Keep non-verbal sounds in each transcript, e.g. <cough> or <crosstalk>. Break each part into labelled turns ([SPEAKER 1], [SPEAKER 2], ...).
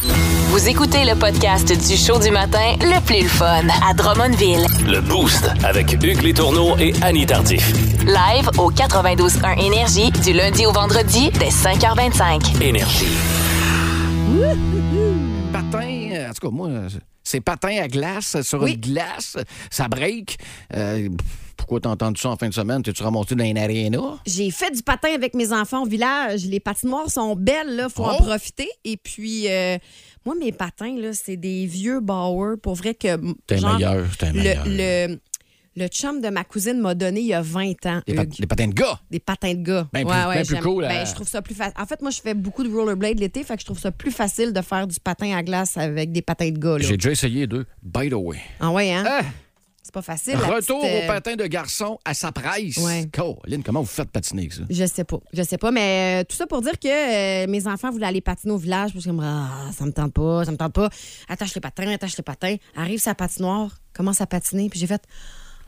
[SPEAKER 1] Vous écoutez le podcast du show du matin le plus fun à Drummondville.
[SPEAKER 2] Le Boost avec Hugues Létourneau et Annie Tardif.
[SPEAKER 1] Live au 92.1 Énergie du lundi au vendredi dès 5h25.
[SPEAKER 2] Énergie.
[SPEAKER 3] patin, euh, en tout cas, moi, euh, c'est patin à glace, euh, sur une glace, ça break. Euh, pff, pourquoi t'as entendu ça en fin de semaine? T'es-tu remonté dans une aréna?
[SPEAKER 4] J'ai fait du patin avec mes enfants au village. Les patinoires sont belles, là. Faut en
[SPEAKER 3] Oh!
[SPEAKER 4] profiter. Et puis, euh, moi, mes patins, là, c'est des vieux Bauer. Pour vrai que. m-
[SPEAKER 3] T'es
[SPEAKER 4] genre,
[SPEAKER 3] meilleur, t'es meilleur.
[SPEAKER 4] Le, le, le chum de ma cousine m'a donné il y a 20 ans.
[SPEAKER 3] Des, pat-
[SPEAKER 4] Hugues.
[SPEAKER 3] des patins de gars!
[SPEAKER 4] Des patins de gars.
[SPEAKER 3] Ben, plus- ben, plus
[SPEAKER 4] j'aime-
[SPEAKER 3] cool, euh.
[SPEAKER 4] ben, je trouve ça plus facile. En fait, moi, je fais beaucoup de rollerblade l'été, fait que je trouve ça plus facile de faire du patin à glace avec des patins de gars. là.
[SPEAKER 3] J'ai déjà essayé deux. By the way.
[SPEAKER 4] Ah ouais, hein?
[SPEAKER 3] Ah!
[SPEAKER 4] C'est pas facile. la
[SPEAKER 3] Retour
[SPEAKER 4] petite,
[SPEAKER 3] au
[SPEAKER 4] euh,
[SPEAKER 3] patin de garçon à sa presse.
[SPEAKER 4] Ouais.
[SPEAKER 3] Colin, comment vous faites patiner avec ça?
[SPEAKER 4] Je sais pas. Je sais pas, mais euh, tout ça pour dire que euh, mes enfants voulaient aller patiner au village parce que ah, ça me tente pas, ça me tente pas. Attache les patins, attache les patins. Arrive sa patinoire, commence à patiner, puis j'ai fait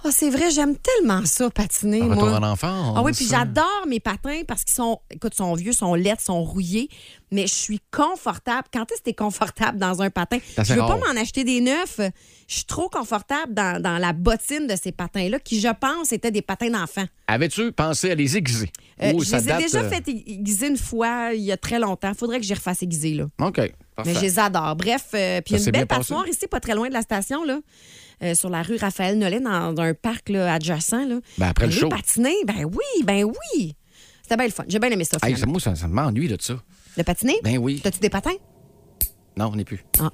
[SPEAKER 4] Ah, c'est vrai, j'aime tellement ça, patiner.
[SPEAKER 3] Un
[SPEAKER 4] moi.
[SPEAKER 3] retour en enfance.
[SPEAKER 4] Ah oui, puis j'adore mes patins parce qu'ils sont, écoute, sont vieux, sont laids, sont rouillés, mais je suis confortable. Quand est-ce que t'es confortable dans un patin?
[SPEAKER 3] assez
[SPEAKER 4] Je veux
[SPEAKER 3] rare.
[SPEAKER 4] pas m'en acheter des neufs. Je suis trop confortable dans, dans la bottine de ces patins-là qui, je pense, étaient des patins d'enfants.
[SPEAKER 3] Avais-tu pensé à les aiguiser?
[SPEAKER 4] Euh,
[SPEAKER 3] Ou
[SPEAKER 4] je
[SPEAKER 3] ça
[SPEAKER 4] les ai
[SPEAKER 3] date,
[SPEAKER 4] déjà
[SPEAKER 3] euh,
[SPEAKER 4] fait aiguiser une fois il y a très longtemps. Faudrait que j'y refasse aiguiser, là.
[SPEAKER 3] OK. Parfait.
[SPEAKER 4] Mais je les adore. Bref, euh, puis
[SPEAKER 3] Ah, Ça
[SPEAKER 4] il y a
[SPEAKER 3] s'est
[SPEAKER 4] une
[SPEAKER 3] bien
[SPEAKER 4] belle
[SPEAKER 3] passé?
[SPEAKER 4] patinoire ici, pas très loin de la station, là, euh, sur la rue Raphaël Nolin, dans, dans un parc là, adjacent. Là.
[SPEAKER 3] Ben, après le
[SPEAKER 4] Aller
[SPEAKER 3] show.
[SPEAKER 4] patiner, ben oui, ben oui. C'était bien le fun. J'ai bien aimé ça.
[SPEAKER 3] Hey,
[SPEAKER 4] finalement.
[SPEAKER 3] ça- moi, ça, ça m'ennuie de ça.
[SPEAKER 4] Le patiner?
[SPEAKER 3] Ben oui.
[SPEAKER 4] T'as-tu des patins?
[SPEAKER 3] Non, on n'est plus.
[SPEAKER 4] Ah.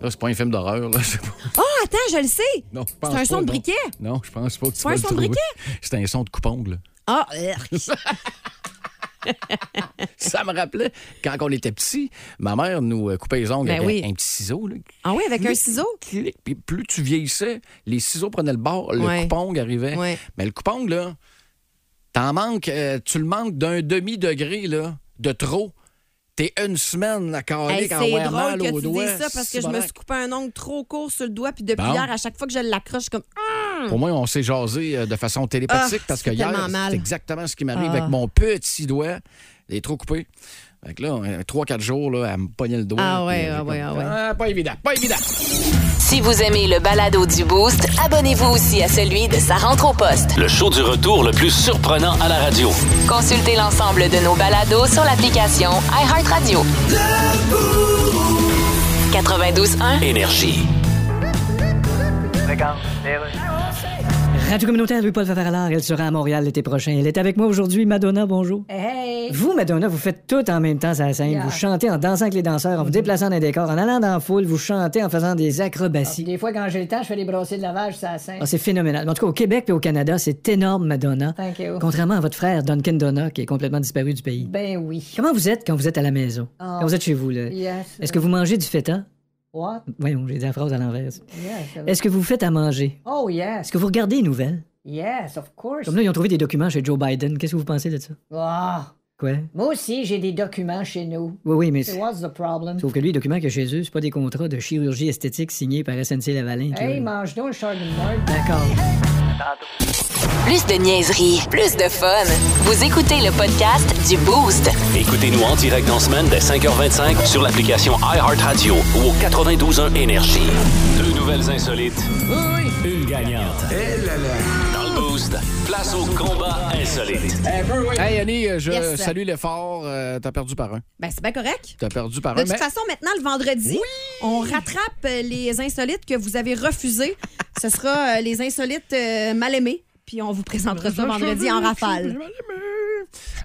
[SPEAKER 3] Là, c'est pas un film d'horreur, là. <laughs> C'est pas-
[SPEAKER 4] Ah, attends, je le sais.
[SPEAKER 3] Non, je pense
[SPEAKER 4] C'est un
[SPEAKER 3] pas,
[SPEAKER 4] son de
[SPEAKER 3] non.
[SPEAKER 4] briquet.
[SPEAKER 3] Non, je pense pas que tu
[SPEAKER 4] C'est pas
[SPEAKER 3] vas
[SPEAKER 4] un
[SPEAKER 3] le
[SPEAKER 4] son de
[SPEAKER 3] trouver.
[SPEAKER 4] briquet?
[SPEAKER 3] C'est un son de coupongle.
[SPEAKER 4] Ah, euh,
[SPEAKER 3] <laughs> Ça me rappelait quand on était petit, ma mère nous euh, coupait les ongles
[SPEAKER 4] Ben
[SPEAKER 3] avec
[SPEAKER 4] oui.
[SPEAKER 3] un, un petit ciseau. Là.
[SPEAKER 4] ah oui, avec un
[SPEAKER 3] Clic,
[SPEAKER 4] ciseau?
[SPEAKER 3] clic. Puis plus tu vieillissais, les ciseaux prenaient le bord, le
[SPEAKER 4] Ouais.
[SPEAKER 3] coupongle arrivait.
[SPEAKER 4] Ouais.
[SPEAKER 3] Mais le coupongle, là, t'en manques, euh, tu le manques d'un demi-degré là, de trop. T'es une semaine à carrer
[SPEAKER 4] Hey, c'est
[SPEAKER 3] quand on a
[SPEAKER 4] drôle
[SPEAKER 3] mal
[SPEAKER 4] que
[SPEAKER 3] au
[SPEAKER 4] tu
[SPEAKER 3] doigt.
[SPEAKER 4] dises ça parce que je me
[SPEAKER 3] Simonac.
[SPEAKER 4] suis coupé un ongle trop court sur le doigt, puis depuis
[SPEAKER 3] Bon.
[SPEAKER 4] hier, à chaque fois que je l'accroche, je suis comme
[SPEAKER 3] Pour moi, on s'est jasé euh, de façon télépathique
[SPEAKER 4] Ah,
[SPEAKER 3] parce que
[SPEAKER 4] c'est
[SPEAKER 3] hier,
[SPEAKER 4] tellement mal.
[SPEAKER 3] c'est exactement ce qui m'arrive
[SPEAKER 4] Ah.
[SPEAKER 3] avec mon petit doigt. Il est trop coupé. Fait que là, euh, trois, quatre jours, là, à me pogner le doigt.
[SPEAKER 4] Ah
[SPEAKER 3] puis euh,
[SPEAKER 4] ouais,
[SPEAKER 3] j'ai
[SPEAKER 4] ah
[SPEAKER 3] comme-
[SPEAKER 4] ouais, ah ouais.
[SPEAKER 3] pas évident, pas évident.
[SPEAKER 1] Si vous aimez le balado du Boost, abonnez-vous aussi à celui de sa rentre au poste.
[SPEAKER 2] Le show du retour le plus surprenant à la radio.
[SPEAKER 1] Consultez l'ensemble de nos balados sur l'application iHeartRadio. 92.1,
[SPEAKER 2] Énergie.
[SPEAKER 5] Radio communautaire Louis-Paul Favaralard, elle sera à Montréal l'été prochain. Elle est avec moi aujourd'hui. Madonna, bonjour. Vous, Madonna, vous faites tout en même temps sur la scène. Vous chantez en dansant avec les danseurs, en vous déplaçant dans les décors, en allant dans la foule, vous chantez en faisant des acrobaties.
[SPEAKER 6] Ah, Des fois, quand j'ai le temps, je fais des brassées de lavage, ça scène.
[SPEAKER 5] Ah, c'est phénoménal. En tout cas, au Québec et au Canada, c'est énorme, Madonna.
[SPEAKER 6] Thank you.
[SPEAKER 5] Contrairement à votre frère, Duncan Donna, qui est complètement disparu du pays.
[SPEAKER 6] Ben oui.
[SPEAKER 5] Comment vous êtes quand vous êtes à la maison?
[SPEAKER 6] Ah.
[SPEAKER 5] Quand vous êtes chez vous, là?
[SPEAKER 6] Yes.
[SPEAKER 5] Est-ce que vous mangez du feta?
[SPEAKER 6] What?
[SPEAKER 5] Voyons, j'ai dit la phrase à l'envers.
[SPEAKER 6] Yes.
[SPEAKER 5] Est-ce que vous faites à manger?
[SPEAKER 6] Oh, yes.
[SPEAKER 5] Est-ce que vous regardez les nouvelles?
[SPEAKER 6] Yes, of course.
[SPEAKER 5] Comme là, ils ont trouvé des documents chez Joe Biden. Qu'est-ce que vous pensez de ça?
[SPEAKER 6] Ah.
[SPEAKER 5] Quoi?
[SPEAKER 6] Moi aussi, j'ai des documents chez nous.
[SPEAKER 5] Oui, oui, mais.
[SPEAKER 6] So What's the problem?
[SPEAKER 5] Sauf que lui, les documents que chez eux, c'est pas des contrats de chirurgie esthétique signés par SNC Lavalin. qui
[SPEAKER 6] Hey,
[SPEAKER 5] ont-
[SPEAKER 6] mange donc le chardonnay.
[SPEAKER 5] D'accord.
[SPEAKER 1] plus de niaiserie, plus de fun. Vous écoutez le podcast du Boost.
[SPEAKER 2] Écoutez-nous en direct en semaine dès 5h25 sur l'application iHeartRadio ou au 92.1 Énergie. Deux nouvelles insolites. Une gagnante. Dans le Boost, place au combat insolite.
[SPEAKER 3] Hey, Annie, euh, je
[SPEAKER 4] Yes.
[SPEAKER 3] salue l'effort. euh, T'as perdu par un.
[SPEAKER 4] Ben, c'est bien correct.
[SPEAKER 3] T'as perdu par
[SPEAKER 4] De
[SPEAKER 3] un.
[SPEAKER 4] toute
[SPEAKER 3] mais-
[SPEAKER 4] façon, maintenant, le vendredi, on rattrape euh, les insolites que vous
[SPEAKER 7] <laughs>
[SPEAKER 4] avez refusés. Ce sera euh, les insolites euh, mal aimées. Puis on vous présentera ça vendredi en rafale.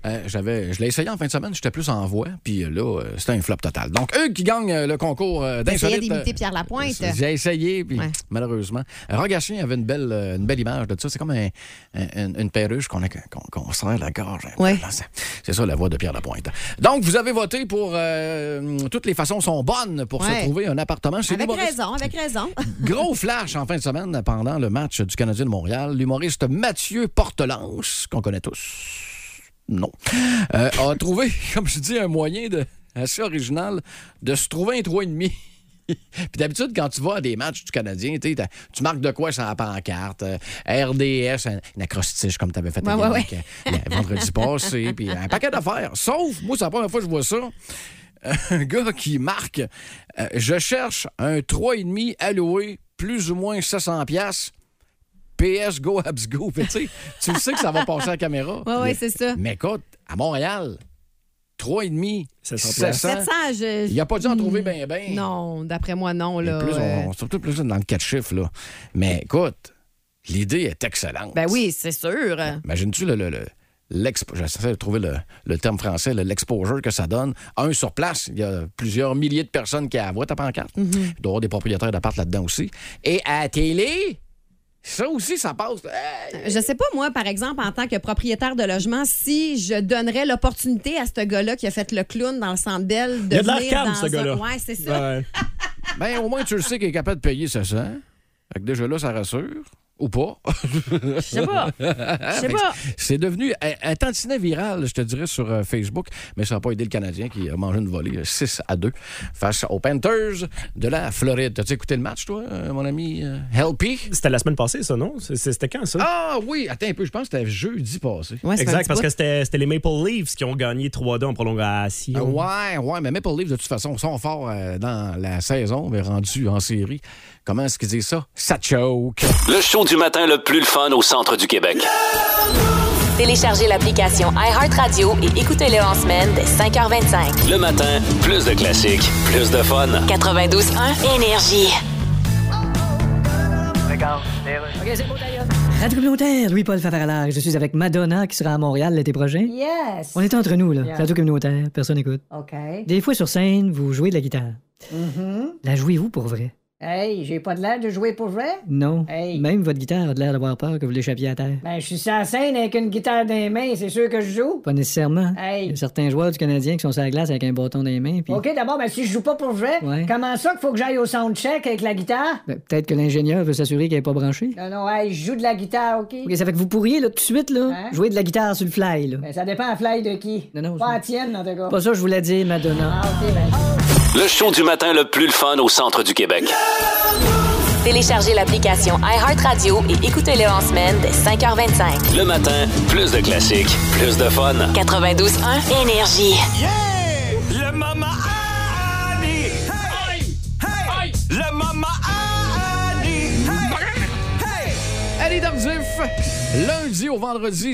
[SPEAKER 3] Euh, j'avais, je l'ai essayé en fin de semaine, j'étais plus en voix, puis euh, là, euh, c'était un flop total. Donc, eux qui gagnent euh, le concours euh,
[SPEAKER 4] Essayez
[SPEAKER 3] d'insolite.
[SPEAKER 4] d'imiter Pierre
[SPEAKER 3] euh,
[SPEAKER 4] Lapointe.
[SPEAKER 3] J'ai essayé, puis
[SPEAKER 4] Ouais.
[SPEAKER 3] malheureusement. Euh, Rogatien avait une belle, euh, une belle image de ça. C'est comme un- un- une, une perruche qu'on, a- qu'on, qu'on serre la gorge. un peu.
[SPEAKER 4] Ouais.
[SPEAKER 3] Là, c'est- C'est ça la voix de Pierre Lapointe. Donc, vous avez voté pour euh, Toutes les façons sont bonnes pour se
[SPEAKER 4] Ouais.
[SPEAKER 3] trouver un appartement chez
[SPEAKER 4] euh, Avec
[SPEAKER 3] l'humoriste.
[SPEAKER 4] raison, avec raison.
[SPEAKER 3] Gros flash en fin de semaine pendant le match du Canadien de Montréal. L'humoriste Mathieu Portelance, qu'on connaît tous, non, euh, a trouvé, comme je dis, un moyen de, assez original de se trouver un 3,5. Puis d'habitude, quand tu vas à des matchs du Canadien, tu sais, t'as- tu marques de quoi sur la pancarte. euh, RDS, un- une acrostiche comme tu avais fait
[SPEAKER 4] Ouais,
[SPEAKER 3] à
[SPEAKER 4] ouais,
[SPEAKER 3] Yannick, euh, le vendredi passé, puis un paquet d'affaires. Sauf, moi, c'est la première fois que je vois ça. un gars qui marque euh, Je cherche un 3,5 alloué, plus ou moins 700$. piastres. PS Go Abs Go. Fait que, tu sais, tu le sais que ça va passer à la caméra.
[SPEAKER 4] <laughs> Oui, oui, c'est ça.
[SPEAKER 3] Mais écoute, à Montréal, 3,5,
[SPEAKER 7] 700
[SPEAKER 3] 700$.
[SPEAKER 4] <laughs> 700, je-
[SPEAKER 3] Ben, Il n'y a pas dû en trouver ben, bien, bien.
[SPEAKER 4] Hmm. Non, d'après moi, non.
[SPEAKER 3] Mais
[SPEAKER 4] Là,
[SPEAKER 3] plus,
[SPEAKER 4] Euh,
[SPEAKER 3] on, on- surtout plus dans le 4 chiffres. Là. Mais écoute, l'idée est excellente.
[SPEAKER 4] Ben oui, c'est sûr.
[SPEAKER 3] Imagines-tu le. le, le- l'exp- J'essaie de trouver le, le terme français, le- l'exposure que ça donne. Un sur place, il y a plusieurs milliers de personnes qui avouent ta pancarte. Il doit y avoir des propriétaires d'appart là-dedans aussi. Et à la télé, ça aussi, ça passe. Hey!
[SPEAKER 4] Je sais pas, moi, par exemple, en tant que propriétaire de logement, si je donnerais l'opportunité à ce gars-là qui a fait le clown dans le centre Bell
[SPEAKER 7] Il
[SPEAKER 4] de
[SPEAKER 7] y a de l'air
[SPEAKER 4] venir
[SPEAKER 7] calme,
[SPEAKER 4] dans
[SPEAKER 7] ce
[SPEAKER 4] un-
[SPEAKER 7] gars-là.
[SPEAKER 4] Ouais, c'est ça.
[SPEAKER 7] Ben,
[SPEAKER 3] Ben, au moins, tu le sais qu'il est capable de payer, ça, ça. Fait que déjà là, ça rassure. Ou pas.
[SPEAKER 4] Je sais pas. Je sais pas.
[SPEAKER 3] C'est devenu un, un tantinet viral, je te dirais, sur euh, Facebook, mais ça n'a pas aidé le Canadien qui a mangé une volée euh, 6 à 2 face aux Panthers de la Floride. T'as-tu écouté le match, toi, euh, mon ami euh, Helpy?
[SPEAKER 7] C'était la semaine passée, ça, non? C'est- C'était quand, ça?
[SPEAKER 3] Ah oui, attends un peu, je pense que c'était jeudi passé.
[SPEAKER 4] Ouais, ça fait
[SPEAKER 7] exact,
[SPEAKER 4] un petit
[SPEAKER 7] parce
[SPEAKER 4] bout.
[SPEAKER 7] que c'était c'était les Maple Leafs qui ont gagné 3-2 en prolongation.
[SPEAKER 3] Euh, ouais,
[SPEAKER 4] Ah,
[SPEAKER 3] ouais, mais Maple Leafs, de toute façon, sont forts euh, dans la saison, mais rendus en série. Comment est-ce qu'ils disent ça? Ça choke.
[SPEAKER 2] Le show du matin le plus le fun au centre du Québec.
[SPEAKER 1] Téléchargez l'application iHeartRadio et écoutez-le en semaine dès 5h25.
[SPEAKER 2] Le matin, plus de classiques, plus de fun.
[SPEAKER 1] 92.1 Énergie.
[SPEAKER 5] Radio communautaire, Louis-Paul Favaralard. Je suis avec Madonna qui sera à Montréal l'été prochain.
[SPEAKER 6] Yes.
[SPEAKER 5] On est entre nous, là.
[SPEAKER 6] Yeah.
[SPEAKER 5] Radio communautaire, personne n'écoute.
[SPEAKER 6] OK.
[SPEAKER 5] Des fois sur scène, vous jouez de la guitare.
[SPEAKER 6] Mhm.
[SPEAKER 5] La jouez-vous pour vrai?
[SPEAKER 6] Hey, j'ai pas de l'air de jouer pour vrai?
[SPEAKER 5] Non.
[SPEAKER 6] Hey.
[SPEAKER 5] Même votre guitare a de l'air d'avoir peur que vous l'échappiez à terre.
[SPEAKER 6] Ben, je suis sur la scène avec une guitare dans les mains, c'est sûr que je joue.
[SPEAKER 5] Pas nécessairement. Il y
[SPEAKER 6] Hey.
[SPEAKER 5] a certains joueurs du Canadien qui sont sur la glace avec un bâton dans les mains. puis-
[SPEAKER 6] OK, d'abord, ben, si je joue pas pour vrai,
[SPEAKER 5] Ouais.
[SPEAKER 6] comment ça qu'il faut que j'aille au soundcheck avec la guitare?
[SPEAKER 5] Ben, Peut-être que l'ingénieur veut s'assurer qu'elle n'est pas branchée.
[SPEAKER 6] Non, non, hey, je joue de la guitare, OK?
[SPEAKER 5] OK, ça fait que vous pourriez, là, tout de suite, là,
[SPEAKER 6] Hein?
[SPEAKER 5] jouer de la guitare sur le fly, là.
[SPEAKER 6] Ben, ça dépend à fly de qui.
[SPEAKER 5] Non, non,
[SPEAKER 6] pas
[SPEAKER 5] je-
[SPEAKER 6] à tienne, en tout cas.
[SPEAKER 5] Pas ça, je voulais dire, Madonna.
[SPEAKER 6] Ah, OK, ben.
[SPEAKER 2] Le show du matin le plus le fun au centre du Québec.
[SPEAKER 1] Téléchargez l'application iHeartRadio et écoutez-le en semaine dès 5h25.
[SPEAKER 2] Le matin, plus de classiques, plus de fun.
[SPEAKER 1] 92.1 Énergie.
[SPEAKER 2] Le Mama Annie! Hey! Hey! Le Mama Annie!
[SPEAKER 3] Allez, Tardif! Lundi au vendredi,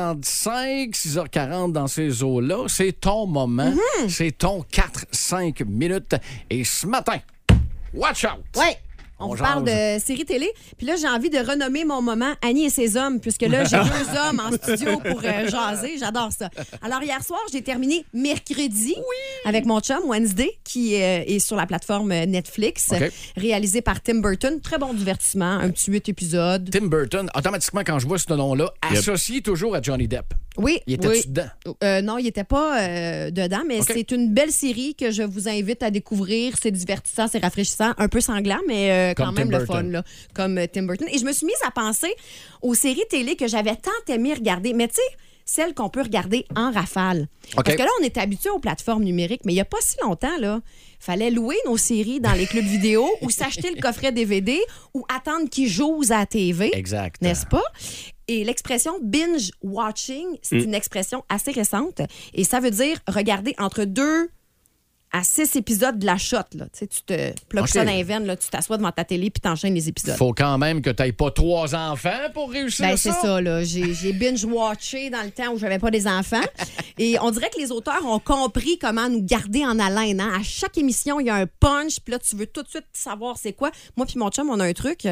[SPEAKER 3] 6h35, 6h40 dans ces eaux-là. C'est ton moment.
[SPEAKER 4] Mhm.
[SPEAKER 3] C'est ton 4-5 minutes. Et ce matin, watch out!
[SPEAKER 4] Ouais. On,
[SPEAKER 3] On
[SPEAKER 4] vous parle de série télé. Puis là, j'ai envie de renommer mon moment Annie et ses hommes, puisque
[SPEAKER 3] <laughs>
[SPEAKER 4] là, j'ai deux hommes en studio pour euh, jaser. J'adore ça. Alors, hier soir, j'ai terminé mercredi avec mon chum, Wednesday, qui euh, est sur la plateforme euh, Netflix,
[SPEAKER 3] OK.
[SPEAKER 4] réalisé par Tim Burton. Très bon divertissement, un petit huit épisodes.
[SPEAKER 3] Tim Burton, automatiquement, quand je vois ce nom-là, associé toujours à Johnny Depp.
[SPEAKER 4] Oui,
[SPEAKER 3] Il était
[SPEAKER 4] oui.
[SPEAKER 3] dedans?
[SPEAKER 4] Euh, non, il n'était pas euh, dedans, mais
[SPEAKER 3] OK.
[SPEAKER 4] c'est une belle série que je vous invite à découvrir. C'est divertissant, c'est rafraîchissant, un peu sanglant, mais euh, quand
[SPEAKER 3] Comme
[SPEAKER 4] même
[SPEAKER 3] Tim
[SPEAKER 4] le fun,
[SPEAKER 3] Burton.
[SPEAKER 4] là, comme euh, Tim Burton. Et je me suis mise à penser aux séries télé que j'avais tant aimé regarder, mais tu sais, celles qu'on peut regarder en rafale.
[SPEAKER 3] OK.
[SPEAKER 4] Parce que là, on est habitué aux plateformes numériques, mais il n'y a pas si longtemps, là, fallait louer nos séries dans les clubs <laughs> vidéo ou s'acheter le coffret DVD ou attendre qu'ils jouent à la TV.
[SPEAKER 3] Exact.
[SPEAKER 4] N'est-ce pas? Et l'expression binge watching, c'est une expression assez récente et ça veut dire regarder entre deux à six épisodes de la shot. Là. Tu, sais, tu te bloques
[SPEAKER 3] OK.
[SPEAKER 4] ça dans les veines, là, tu t'assois devant ta télé puis t'enchaînes les épisodes.
[SPEAKER 3] Faut quand même que t'aies pas trois enfants pour réussir
[SPEAKER 4] Ben, c'est
[SPEAKER 3] ça.
[SPEAKER 4] ça, là. J'ai, j'ai binge-watché dans le temps où j'avais pas des enfants. Et on dirait que les auteurs ont compris comment nous garder en haleine. hein. À chaque émission, il y a un punch, puis là, tu veux tout de suite savoir c'est quoi. Moi, puis mon chum, on a un truc.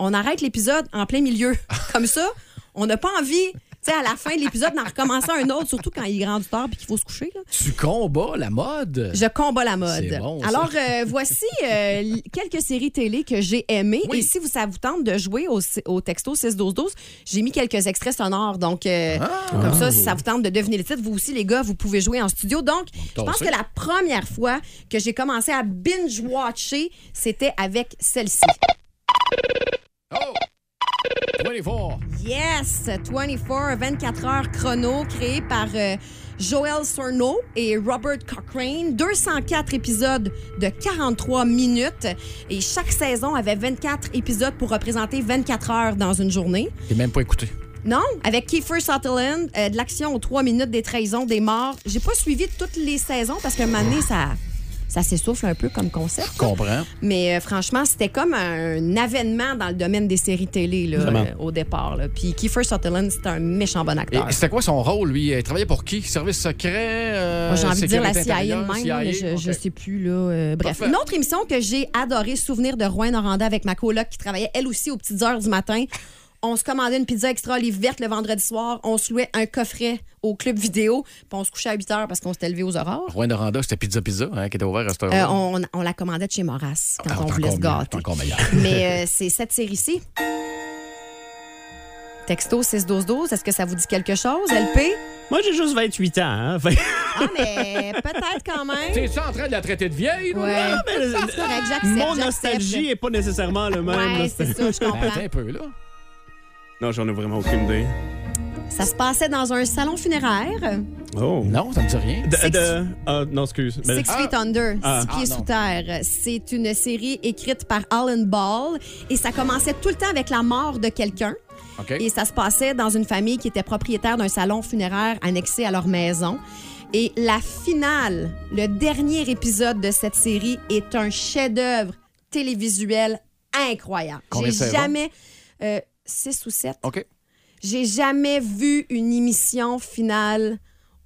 [SPEAKER 4] On arrête l'épisode en plein milieu. Comme ça, on n'a pas envie. Tu sais, à la fin de l'épisode, d'en recommencer un autre, surtout quand il est grand du tard puis qu'il faut se coucher. Là.
[SPEAKER 3] Tu combats la mode.
[SPEAKER 4] Je combats la mode.
[SPEAKER 3] C'est bon, ça.
[SPEAKER 4] Alors, euh, voici euh, l- quelques séries télé que j'ai aimées.
[SPEAKER 3] Oui.
[SPEAKER 4] Et si vous- ça vous tente de jouer au, si- au texto 6-12-12, j'ai mis quelques extraits sonores. Donc, euh,
[SPEAKER 3] Ah.
[SPEAKER 4] comme ça, si ça vous tente de deviner le titre, vous aussi, les gars, vous pouvez jouer en studio. Donc, je pense
[SPEAKER 3] tasser.
[SPEAKER 4] que la première fois que j'ai commencé à binge-watcher, c'était avec celle-ci.
[SPEAKER 3] Oh! 24.
[SPEAKER 4] Yes! 24, 24 heures chrono, créé par euh, Joël Sorno et Robert Cochrane. 204 épisodes de 43 minutes. Et chaque saison avait 24 épisodes pour représenter 24 heures dans une journée.
[SPEAKER 3] J'ai même pas écouté.
[SPEAKER 4] Non, avec Kiefer Sutherland, euh, de l'action aux trois minutes, des trahisons, des morts. J'ai pas suivi toutes les saisons parce qu'à un moment donné, ça, ça s'essouffle un peu comme concept.
[SPEAKER 3] Je comprends.
[SPEAKER 4] Mais euh, franchement, c'était comme un avènement dans le domaine des séries télé là,
[SPEAKER 7] Vraiment.
[SPEAKER 4] euh, au départ. là. Puis Kiefer Sutherland, c'était un méchant bon
[SPEAKER 3] Et
[SPEAKER 4] acteur.
[SPEAKER 3] C'était quoi son rôle, lui? Il travaillait pour qui? Service secret? euh,
[SPEAKER 4] Moi, J'ai envie de dire la
[SPEAKER 3] sécurité
[SPEAKER 4] CIA
[SPEAKER 3] intérieure,
[SPEAKER 4] même,
[SPEAKER 3] CIA,
[SPEAKER 4] mais je, je
[SPEAKER 3] ok.
[SPEAKER 4] sais plus. Là, euh, bref.
[SPEAKER 3] Parfait.
[SPEAKER 4] Une autre émission que j'ai adorée, Souvenir de Rouen Noranda avec ma coloc qui travaillait elle aussi aux petites heures du matin. On se commandait une pizza extra olive verte le vendredi soir. On se louait un coffret au club vidéo. Puis on se couchait à 8 heures parce qu'on s'était levé aux aurores.
[SPEAKER 3] Rouen Noranda, c'était Pizza Pizza hein, qui était ouvert à cette
[SPEAKER 4] Euh,
[SPEAKER 3] heure-là.
[SPEAKER 4] on, on la commandait de chez Maurras quand
[SPEAKER 3] Ah,
[SPEAKER 4] on
[SPEAKER 3] c'est
[SPEAKER 4] voulait se
[SPEAKER 3] encore mieux, c'est
[SPEAKER 4] gâter.
[SPEAKER 3] encore meilleur.
[SPEAKER 4] Mais euh, <laughs> c'est cette série-ci. Texto 6-12-12, est-ce que ça vous dit quelque chose, LP?
[SPEAKER 7] Moi, j'ai juste 28 ans. hein. Fait-
[SPEAKER 4] Ah, mais peut-être
[SPEAKER 7] <laughs>
[SPEAKER 4] quand même.
[SPEAKER 3] T'es-tu en train de la traiter de vieille? là?
[SPEAKER 4] Ouais.
[SPEAKER 7] Ah, ben,
[SPEAKER 4] C'est correct, j'accepte,
[SPEAKER 7] mon
[SPEAKER 4] j'accepte.
[SPEAKER 7] nostalgie est pas nécessairement le même.
[SPEAKER 4] Ouais,
[SPEAKER 7] là.
[SPEAKER 4] c'est ça, je
[SPEAKER 3] Ben, attends
[SPEAKER 4] comprends.
[SPEAKER 3] un peu, là.
[SPEAKER 7] non, j'en ai vraiment aucune idée.
[SPEAKER 4] Ça se passait dans un salon funéraire.
[SPEAKER 7] Oh.
[SPEAKER 3] Non, ça me dit rien.
[SPEAKER 7] De-
[SPEAKER 4] Six-
[SPEAKER 7] de- ah, non, excuse. Ben,
[SPEAKER 4] Six Feet Under,
[SPEAKER 7] Ah.
[SPEAKER 4] Six Pieds
[SPEAKER 3] Ah, non.
[SPEAKER 4] Sous Terre. C'est une série écrite par Alan Ball et ça commençait tout le temps avec la mort de quelqu'un.
[SPEAKER 3] OK. Ben
[SPEAKER 4] Et ça se passait dans une famille qui était propriétaire d'un salon funéraire annexé à leur maison. Et la finale, le dernier épisode de cette série est un chef-d'œuvre télévisuel incroyable.
[SPEAKER 3] Combien
[SPEAKER 4] J'ai
[SPEAKER 3] de saisons?
[SPEAKER 4] jamais. 6 ou 7.
[SPEAKER 3] OK.
[SPEAKER 4] J'ai jamais vu une émission finale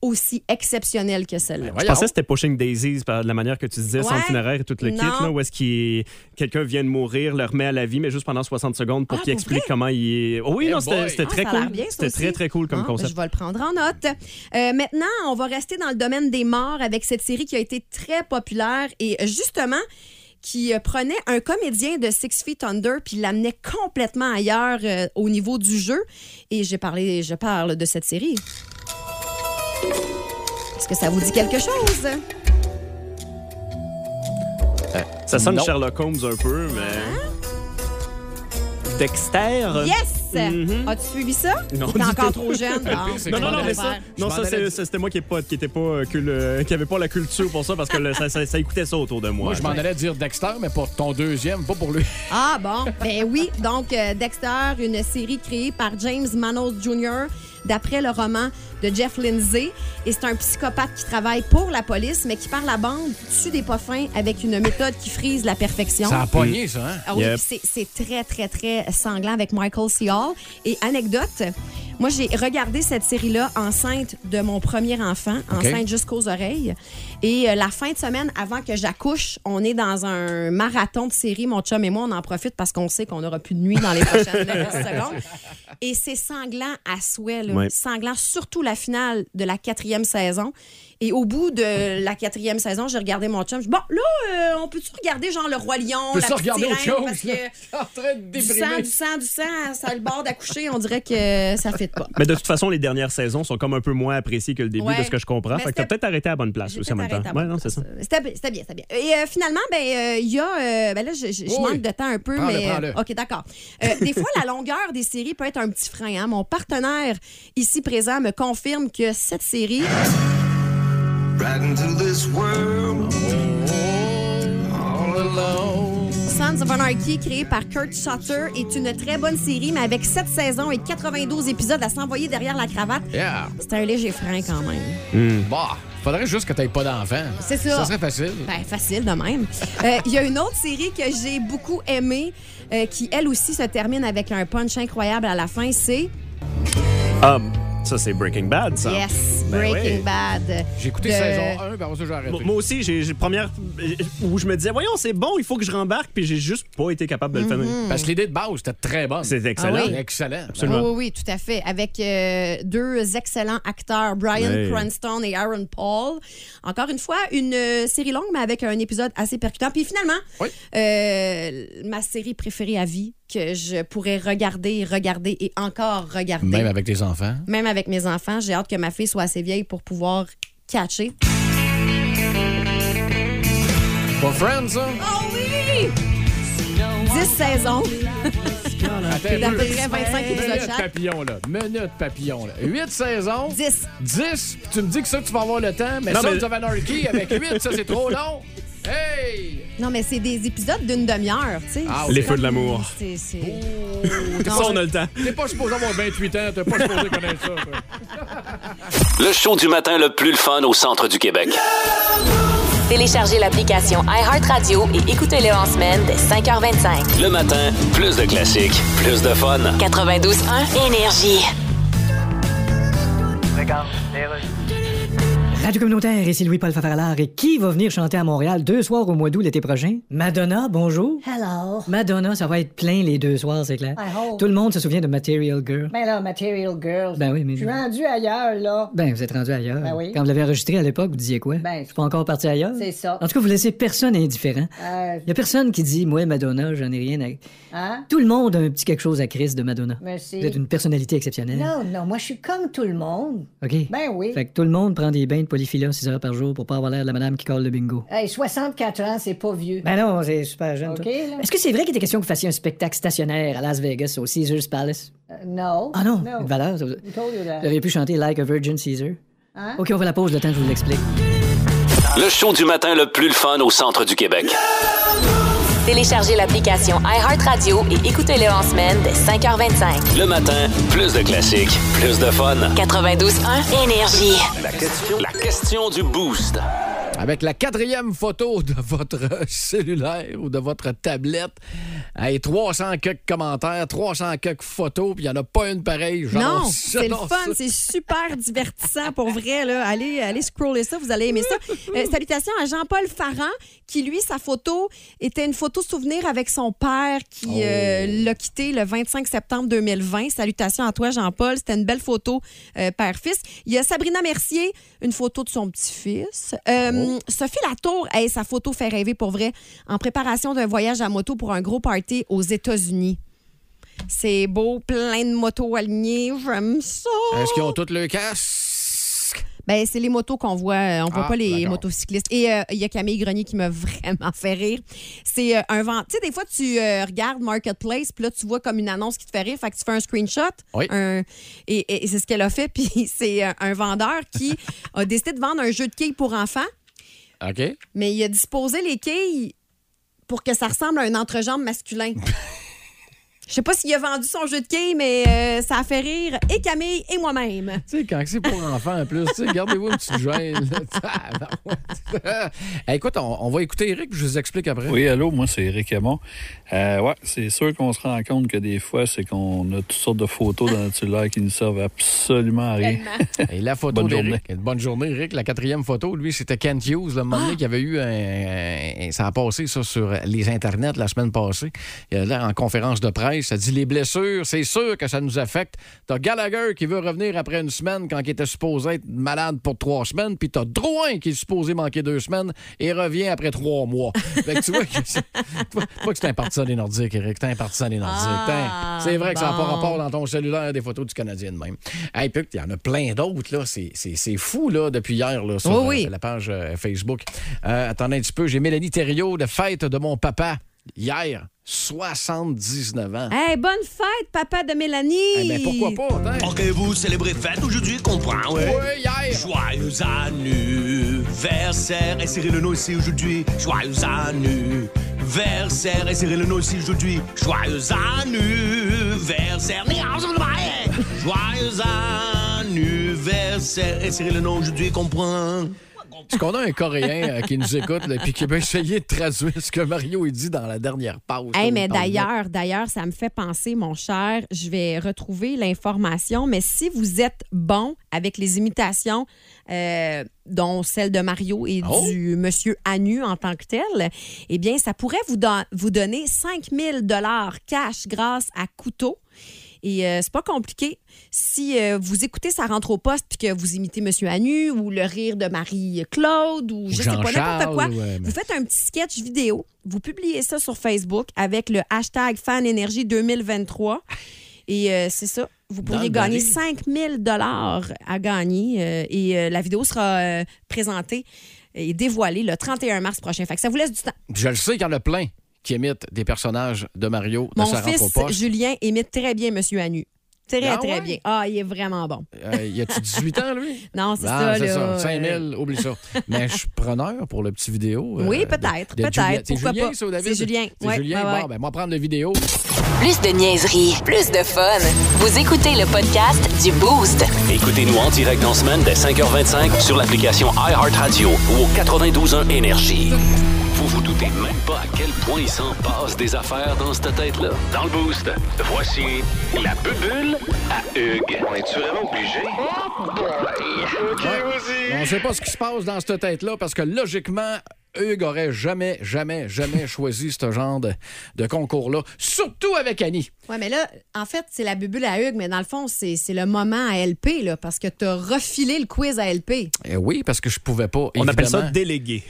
[SPEAKER 4] aussi exceptionnelle que
[SPEAKER 3] Ben,
[SPEAKER 4] celle-là.
[SPEAKER 7] Je
[SPEAKER 3] voyons.
[SPEAKER 7] pensais que c'était Pushing Daisies par de la manière que tu disais, sans le
[SPEAKER 4] Ouais.
[SPEAKER 7] funéraire et tout le kit,
[SPEAKER 4] Non.
[SPEAKER 7] là, où est-ce qu'il quelqu'un vient de mourir, le remet à la vie, mais juste pendant 60 secondes pour
[SPEAKER 4] Ah,
[SPEAKER 7] qu'il
[SPEAKER 4] pour
[SPEAKER 7] explique comment il est. Oh oui,
[SPEAKER 3] Eh
[SPEAKER 7] non,
[SPEAKER 3] boy.
[SPEAKER 7] c'était c'était
[SPEAKER 4] Ah,
[SPEAKER 7] très
[SPEAKER 4] ça a l'air
[SPEAKER 7] cool.
[SPEAKER 4] bien, ça
[SPEAKER 7] C'était très,
[SPEAKER 4] aussi.
[SPEAKER 7] très cool comme
[SPEAKER 4] Ah, ben,
[SPEAKER 7] concept.
[SPEAKER 4] je vais le prendre en note. Euh, maintenant, on va rester dans le domaine des morts avec cette série qui a été très populaire et euh, justement qui euh, prenait un comédien de Six Feet Under puis l'amenait complètement ailleurs euh, au niveau du jeu. Et j'ai parlé, je parle de cette série. Est-ce que ça vous dit quelque chose?
[SPEAKER 7] Ça sonne
[SPEAKER 3] Non. Ah, hein?
[SPEAKER 7] Sherlock Holmes un peu, mais. Dexter?
[SPEAKER 4] Yes!
[SPEAKER 7] Mhm.
[SPEAKER 4] As-tu suivi ça?
[SPEAKER 7] Euh, Non,
[SPEAKER 4] T'es
[SPEAKER 7] du
[SPEAKER 4] encore
[SPEAKER 7] tout. <laughs>
[SPEAKER 4] trop jeune. Non,
[SPEAKER 3] c'est
[SPEAKER 7] Non, non,
[SPEAKER 3] Je m'en
[SPEAKER 7] non,
[SPEAKER 3] allais
[SPEAKER 7] mais ça,
[SPEAKER 3] faire.
[SPEAKER 7] non,
[SPEAKER 3] Je
[SPEAKER 7] ça
[SPEAKER 3] m'en
[SPEAKER 7] c'est-
[SPEAKER 3] allais-
[SPEAKER 7] ça, c'était moi qui n'avait pas, qui était pas, euh, cul- euh, qui avait pas la culture pour ça parce que le- ça, ça- ça écoutait ça autour de moi.
[SPEAKER 3] Moi, je m'en allais dire Dexter, mais pour ton deuxième, pas pour lui.
[SPEAKER 4] Ah bon, ben oui. Donc, euh, Dexter, une série créée par James Manos Jr. d'après le roman de Jeff Lindsay. Et c'est un psychopathe qui travaille pour la police, mais qui, par la bande, tue des pas fins avec une méthode qui frise la perfection.
[SPEAKER 3] Ça a pogné, ça, hein?
[SPEAKER 4] Ah oui,
[SPEAKER 7] Yep.
[SPEAKER 4] puis c'est- c'est très, très, très sanglant avec Michael C. Hall. Et anecdote, moi, j'ai regardé cette série-là enceinte de mon premier enfant,
[SPEAKER 3] OK.
[SPEAKER 4] enceinte jusqu'aux oreilles. Et euh, la fin de semaine, avant que j'accouche, on est dans un marathon de série. Mon chum et moi, on en profite parce qu'on sait qu'on n'aura plus de nuit dans les
[SPEAKER 7] <laughs>
[SPEAKER 4] prochaines 9 secondes. Et c'est sanglant à souhait, là.
[SPEAKER 7] Ouais.
[SPEAKER 4] sanglant, surtout la finale de la quatrième saison. Et au bout de la quatrième saison, j'ai regardé mon chum. Je dis, bon, là, euh, on peut-tu regarder genre Le Roi Lion?
[SPEAKER 3] On peut
[SPEAKER 4] la
[SPEAKER 3] ça
[SPEAKER 4] petite
[SPEAKER 3] regarder autre
[SPEAKER 4] sirène,
[SPEAKER 3] chose,
[SPEAKER 4] parce
[SPEAKER 3] là?
[SPEAKER 4] que
[SPEAKER 3] en train de
[SPEAKER 4] du sang,
[SPEAKER 3] déprimer.
[SPEAKER 4] du sang, du sang, ça a le bord d'accoucher, on dirait que ça fit pas.
[SPEAKER 7] Mais de toute façon, les dernières saisons sont comme un peu moins appréciées que le début
[SPEAKER 4] Ouais.
[SPEAKER 7] de ce que je comprends.
[SPEAKER 4] Mais
[SPEAKER 7] Fait que t'as
[SPEAKER 4] c'était-
[SPEAKER 7] peut-être arrêté à la bonne place
[SPEAKER 4] J'ai
[SPEAKER 7] aussi en
[SPEAKER 4] peut-être
[SPEAKER 7] même temps.
[SPEAKER 4] arrêté à
[SPEAKER 7] Ouais,
[SPEAKER 4] bonne
[SPEAKER 7] non, c'est ça.
[SPEAKER 4] place. C'était bi- c'était bien, c'était bien. Et euh, finalement, ben, euh, il y a. euh, ben là, je, je- je
[SPEAKER 3] Oui, oui.
[SPEAKER 4] manque de temps un peu,
[SPEAKER 3] Prends-le,
[SPEAKER 4] mais.
[SPEAKER 3] prends-le.
[SPEAKER 4] OK, d'accord. Euh, des fois, la longueur des séries peut être un petit frein. hein. Mon partenaire ici présent me confirme que cette série. Sons of Anarchy, créée par Kurt Sutter, est une très bonne série, mais avec 7 saisons et 92 épisodes à s'envoyer derrière la cravate,
[SPEAKER 3] Yeah.
[SPEAKER 4] c'est un léger frein quand même.
[SPEAKER 3] Bah, faudrait juste que t'aies pas d'enfant.
[SPEAKER 4] C'est ça.
[SPEAKER 3] Ça serait facile.
[SPEAKER 4] Ben, facile de même. Euh, Il y a une autre série que j'ai beaucoup aimée, euh, qui elle aussi se termine avec un punch incroyable à la fin, c'est euh.
[SPEAKER 7] Ah, ça, c'est Breaking Bad, ça.
[SPEAKER 4] Yes,
[SPEAKER 7] Ben
[SPEAKER 4] Breaking
[SPEAKER 7] oui.
[SPEAKER 4] Bad.
[SPEAKER 3] J'ai écouté
[SPEAKER 4] De-
[SPEAKER 3] saison 1, ben après ça, j'ai arrêté.
[SPEAKER 7] Moi- Moi aussi, j'ai j'ai- première euh, où je me disais, voyons, c'est bon, il faut que je rembarque, puis j'ai juste pas été capable de le finir.
[SPEAKER 3] Parce que l'idée de base, c'était très bonne.
[SPEAKER 7] C'est excellent.
[SPEAKER 4] Mm-hmm. Ah oui.
[SPEAKER 3] Excellent.
[SPEAKER 4] Oui,
[SPEAKER 7] Absolument.
[SPEAKER 4] oui, oui, tout à fait. Avec euh, deux excellents acteurs, Brian
[SPEAKER 7] Ouais.
[SPEAKER 4] Cranston et Aaron Paul. Encore une fois, une euh, série longue, mais avec un épisode assez percutant. Puis finalement,
[SPEAKER 3] Oui.
[SPEAKER 4] euh, ma série préférée à vie que je pourrais regarder, regarder et encore regarder.
[SPEAKER 3] Même avec tes enfants.
[SPEAKER 4] Même avec mes enfants, j'ai hâte que ma fille soit assez vieille pour pouvoir catcher.
[SPEAKER 3] Pas Friends, ça?
[SPEAKER 4] Oh oui! 10 saisons,
[SPEAKER 3] Attends
[SPEAKER 4] d'à
[SPEAKER 3] un
[SPEAKER 4] peu
[SPEAKER 3] peu.
[SPEAKER 4] près 25 épisodes
[SPEAKER 3] Minute
[SPEAKER 4] chaque.
[SPEAKER 3] papillon, là. Minute papillon, là. 8 saisons.
[SPEAKER 4] 10.
[SPEAKER 3] 10. Tu me dis que ça, tu vas avoir le temps, mais
[SPEAKER 7] Non,
[SPEAKER 3] Sons
[SPEAKER 7] mais-
[SPEAKER 3] of Anarchy avec 8, ça, c'est trop long. Hey!
[SPEAKER 4] Non, mais c'est des épisodes d'une demi-heure, tu sais.
[SPEAKER 3] Ah,
[SPEAKER 4] C'est
[SPEAKER 3] Les
[SPEAKER 4] comme-
[SPEAKER 7] Feux de l'amour.
[SPEAKER 4] c'est- c'est-
[SPEAKER 7] Ça, on a le temps.
[SPEAKER 3] Oh, T'es pas supposé avoir 28 ans, t'es pas supposé connaître ça. toi.
[SPEAKER 2] Le show du matin le plus le fun au centre du Québec.
[SPEAKER 1] Téléchargez l'application iHeartRadio et écoutez-le en semaine dès 5h25.
[SPEAKER 2] Le matin, plus de classiques, plus de fun.
[SPEAKER 1] 92.1 Énergie.
[SPEAKER 5] Radio Communautaire, ici Louis-Paul Favaralard. Et qui va venir chanter à Montréal deux soirs au mois d'août l'été prochain? Madonna, bonjour.
[SPEAKER 6] Hello.
[SPEAKER 5] Madonna, ça va être plein les deux soirs, c'est clair.
[SPEAKER 6] I hope.
[SPEAKER 5] Tout le monde se souvient de Material Girl.
[SPEAKER 6] Ben là, Material Girls.
[SPEAKER 5] Ben oui, mais-
[SPEAKER 6] Je suis rendu ailleurs, là.
[SPEAKER 5] Ben, vous êtes rendu ailleurs.
[SPEAKER 6] Ben oui.
[SPEAKER 5] Quand vous l'avez enregistré à l'époque, vous disiez quoi?
[SPEAKER 6] Ben,
[SPEAKER 5] je suis pas encore parti ailleurs.
[SPEAKER 6] C'est ça.
[SPEAKER 5] En tout cas, vous laissez personne indifférent.
[SPEAKER 6] Euh,
[SPEAKER 5] Il y a personne qui dit, moi, Madonna, j'en ai rien à.
[SPEAKER 6] hein?
[SPEAKER 5] Tout le monde a un petit quelque chose à Chris de Madonna.
[SPEAKER 6] Merci.
[SPEAKER 5] Vous êtes une personnalité exceptionnelle.
[SPEAKER 6] Non, non, moi, je suis comme tout le monde.
[SPEAKER 5] OK?
[SPEAKER 6] Ben oui.
[SPEAKER 5] Fait que tout le monde prend des bains de polyphila 6 heures par jour pour pas avoir l'air de la madame qui colle le bingo.
[SPEAKER 6] Hey, 64 ans, c'est pas vieux.
[SPEAKER 5] Ben non, c'est super jeune.
[SPEAKER 6] OK,
[SPEAKER 5] toi.
[SPEAKER 6] là.
[SPEAKER 5] Est-ce que c'est vrai qu'il était question que vous fassiez un spectacle stationnaire à Las Vegas au Caesars Palace?
[SPEAKER 6] Euh, no.
[SPEAKER 5] Ah non,
[SPEAKER 6] No.
[SPEAKER 5] une valeur. ça-
[SPEAKER 6] Who told you that?
[SPEAKER 5] Vous auriez pu chanter Like a Virgin Caesar.
[SPEAKER 6] Hein?
[SPEAKER 5] OK, on va la pause le temps que je vous l'explique.
[SPEAKER 2] Le show du matin le plus le fun au centre du Québec.
[SPEAKER 1] Téléchargez l'application iHeartRadio et écoutez-le en semaine dès 5h25.
[SPEAKER 2] Le matin, plus de classiques, plus de fun.
[SPEAKER 1] 92.1 Énergie.
[SPEAKER 2] La question, la question du boost.
[SPEAKER 3] Avec la quatrième photo de votre cellulaire ou de votre tablette, et 300 quelques commentaires, 300 quelques photos, puis il n'y en a pas une pareille. Genre,
[SPEAKER 4] Non,
[SPEAKER 3] ça,
[SPEAKER 4] c'est le
[SPEAKER 3] non,
[SPEAKER 4] fun,
[SPEAKER 3] ça.
[SPEAKER 4] c'est super divertissant pour vrai. Là. Allez, allez scroller ça, vous allez aimer ça. Euh, salutations à Jean-Paul Farran, qui lui, sa photo était une photo souvenir avec son père qui euh, l'a quitté le 25 septembre 2020. Salutations à toi, Jean-Paul. C'était une belle photo euh, père-fils. Il y a Sabrina Mercier, une photo de son petit-fils. Euh, Sophie Latour, hey, sa photo fait rêver pour vrai, en préparation d'un voyage à moto pour un gros party aux États-Unis. C'est beau, plein de motos alignées, j'aime ça.
[SPEAKER 3] Est-ce qu'ils ont toutes le casque?
[SPEAKER 4] Ben, c'est les motos qu'on voit, euh, on voit
[SPEAKER 3] Ah,
[SPEAKER 4] pas les
[SPEAKER 3] d'accord.
[SPEAKER 4] motocyclistes. Et euh, il y a Camille Grenier qui m'a <laughs> vraiment fait rire. C'est euh, un vent. Tu sais, des fois, tu euh, regardes Marketplace, puis là, tu vois comme une annonce qui te fait rire, fait que tu fais un screenshot.
[SPEAKER 3] Oui.
[SPEAKER 4] Un- Et, et- et c'est ce qu'elle a fait, <laughs> puis c'est euh, un vendeur qui a décidé de vendre un jeu de quilles pour enfants,
[SPEAKER 3] OK.
[SPEAKER 4] mais il a disposé les quilles pour que ça ressemble à une entrejambe
[SPEAKER 3] <laughs>
[SPEAKER 4] masculin. Je sais pas s'il a vendu son jeu de quilles, mais euh, ça a fait rire et Camille et moi-même.
[SPEAKER 3] Tu sais, quand c'est pour enfants en plus, tu sais, gardez-vous une petite gêne. là. Tabarouette. Eh, <laughs> écoute, on, on va écouter Eric, puis je vous explique après.
[SPEAKER 8] Oui, hein. allô, moi c'est Eric Hamon. Euh, ouais, c'est sûr qu'on se rend compte que des fois, c'est qu'on a toutes sortes de photos dans notre cellulaire qui ne servent absolument à rien.
[SPEAKER 3] Et la photo
[SPEAKER 8] Bonne
[SPEAKER 3] d'Éric. Bonne journée, Eric. La quatrième photo, lui, c'était Kent Hughes, le moment donné, qui avait eu un, un- Ça a passé, ça, sur les internets la semaine passée. Il a l'air en conférence de presse. Ça dit les blessures, c'est sûr que ça nous affecte. T'as Gallagher qui veut revenir après une semaine quand il était supposé être malade pour trois semaines. Puis t'as Drouin qui est supposé manquer deux semaines et revient après trois
[SPEAKER 4] <laughs>
[SPEAKER 3] mois. Fait que tu vois que c'est. tu vois- tu vois que c'est un partisan des Nordiques, Eric. T'es un partisan des Nordiques. T'es un- c'est vrai que ça n'a pas
[SPEAKER 4] Ah, bon.
[SPEAKER 3] rapport dans ton cellulaire des photos du Canadien de même. Hey, puis il y en a plein d'autres, là. C'est- C'est c'est fou, là, depuis hier, là, sur
[SPEAKER 4] Oui,
[SPEAKER 3] euh,
[SPEAKER 4] oui.
[SPEAKER 3] la page euh, Facebook. Euh, attendez un petit peu, j'ai Mélanie Thériault de Fête de mon papa, hier, 79 ans.
[SPEAKER 4] Hey, bonne fête, papa de Mélanie!
[SPEAKER 3] Eh ben, pourquoi pas, attends.
[SPEAKER 9] Ok, vous célébrez fête aujourd'hui, comprends, ouais.
[SPEAKER 3] Ouais, hier!
[SPEAKER 9] Joyeux anniversaire, et serrez le nom ici aujourd'hui. Joyeux anniversaire, et serrez le nom ici aujourd'hui. Joyeux anniversaire, Ni hao, zhong, bai. Joyeux anniversaire, et serrez le nom aujourd'hui, comprends.
[SPEAKER 3] Est-ce qu'on a un Coréen euh, qui nous écoute, là, puis qui va essayer de traduire ce que Mario a dit dans la dernière pause? là,
[SPEAKER 4] Hey, mais
[SPEAKER 3] il parle de-
[SPEAKER 4] d'ailleurs, d'ailleurs, ça me fait penser, mon cher, je vais retrouver l'information, mais si vous êtes bon avec les imitations, euh, dont celle de Mario et
[SPEAKER 3] Oh.
[SPEAKER 4] du monsieur Anu en tant que tel, eh bien, ça pourrait vous, don- vous donner 5000 dollars cash grâce à Couteau. Et euh, c'est pas compliqué. Si euh, vous écoutez Ça rentre au poste puis que vous imitez Monsieur Anu ou le rire de Marie-Claude ou je sais pas, n'importe
[SPEAKER 3] Jean-Charles,
[SPEAKER 4] quoi,
[SPEAKER 3] ouais, mais-
[SPEAKER 4] vous faites un petit sketch vidéo, vous publiez ça sur Facebook avec le hashtag FanEnergie 2023. Et euh, c'est ça. Vous
[SPEAKER 3] Dans
[SPEAKER 4] pourriez
[SPEAKER 3] le
[SPEAKER 4] gagner
[SPEAKER 3] baril.
[SPEAKER 4] 5000 dollars à gagner euh, et euh, la vidéo sera euh, présentée et dévoilée le 31 mars prochain. Fait que ça vous laisse du temps.
[SPEAKER 3] Je le sais qu'il y en a plein qui imitent des personnages de Mario de
[SPEAKER 4] Mon
[SPEAKER 3] Sarah
[SPEAKER 4] fils
[SPEAKER 3] Popoche.
[SPEAKER 4] Julien imite très bien Monsieur Anu. Très,
[SPEAKER 3] Ah
[SPEAKER 4] très
[SPEAKER 3] ouais?
[SPEAKER 4] bien. Ah, il est vraiment bon.
[SPEAKER 3] Euh, y a-tu 18 ans, lui?
[SPEAKER 4] Non, <laughs> c'est
[SPEAKER 3] Ah,
[SPEAKER 4] ça,
[SPEAKER 3] c'est
[SPEAKER 4] là. euh,
[SPEAKER 3] ça. 5 000, oublie ça. Mais je suis preneur pour le petit vidéo. euh,
[SPEAKER 4] Oui,
[SPEAKER 3] de-
[SPEAKER 4] peut-être,
[SPEAKER 3] de
[SPEAKER 4] peut-être.
[SPEAKER 3] Juliette. C'est
[SPEAKER 4] Pourquoi
[SPEAKER 3] Julien,
[SPEAKER 4] pas?
[SPEAKER 3] ça, au David?
[SPEAKER 4] C'est Julien.
[SPEAKER 3] C'est
[SPEAKER 4] Ouais,
[SPEAKER 3] Julien.
[SPEAKER 4] ouais, ouais.
[SPEAKER 3] Bon, ben, moi, prendre le vidéo.
[SPEAKER 1] Plus de niaiserie, plus de fun. Vous écoutez le podcast du Boost.
[SPEAKER 2] Écoutez-nous en direct en semaine dès 5h25 sur l'application iHeartRadio ou au 92.1 Énergie. Vous vous doutez même pas à quel point il s'en passe des affaires dans cette tête-là. Dans le boost, voici la bubule à Hugues. On est-tu vraiment obligé?
[SPEAKER 3] On sait pas ce qui se passe dans cette tête-là parce que logiquement, Hugues aurait jamais, jamais, jamais choisi ce genre de, de concours-là, surtout avec Annie.
[SPEAKER 4] Oui, mais là, en fait, c'est la bubule à Hugues, mais dans le fond, c'est c'est le moment à LP, là, parce que tu as refilé le quiz à LP.
[SPEAKER 3] Eh oui, parce que je pouvais pas.
[SPEAKER 7] On appelle ça
[SPEAKER 3] évidemment.
[SPEAKER 7] délégué.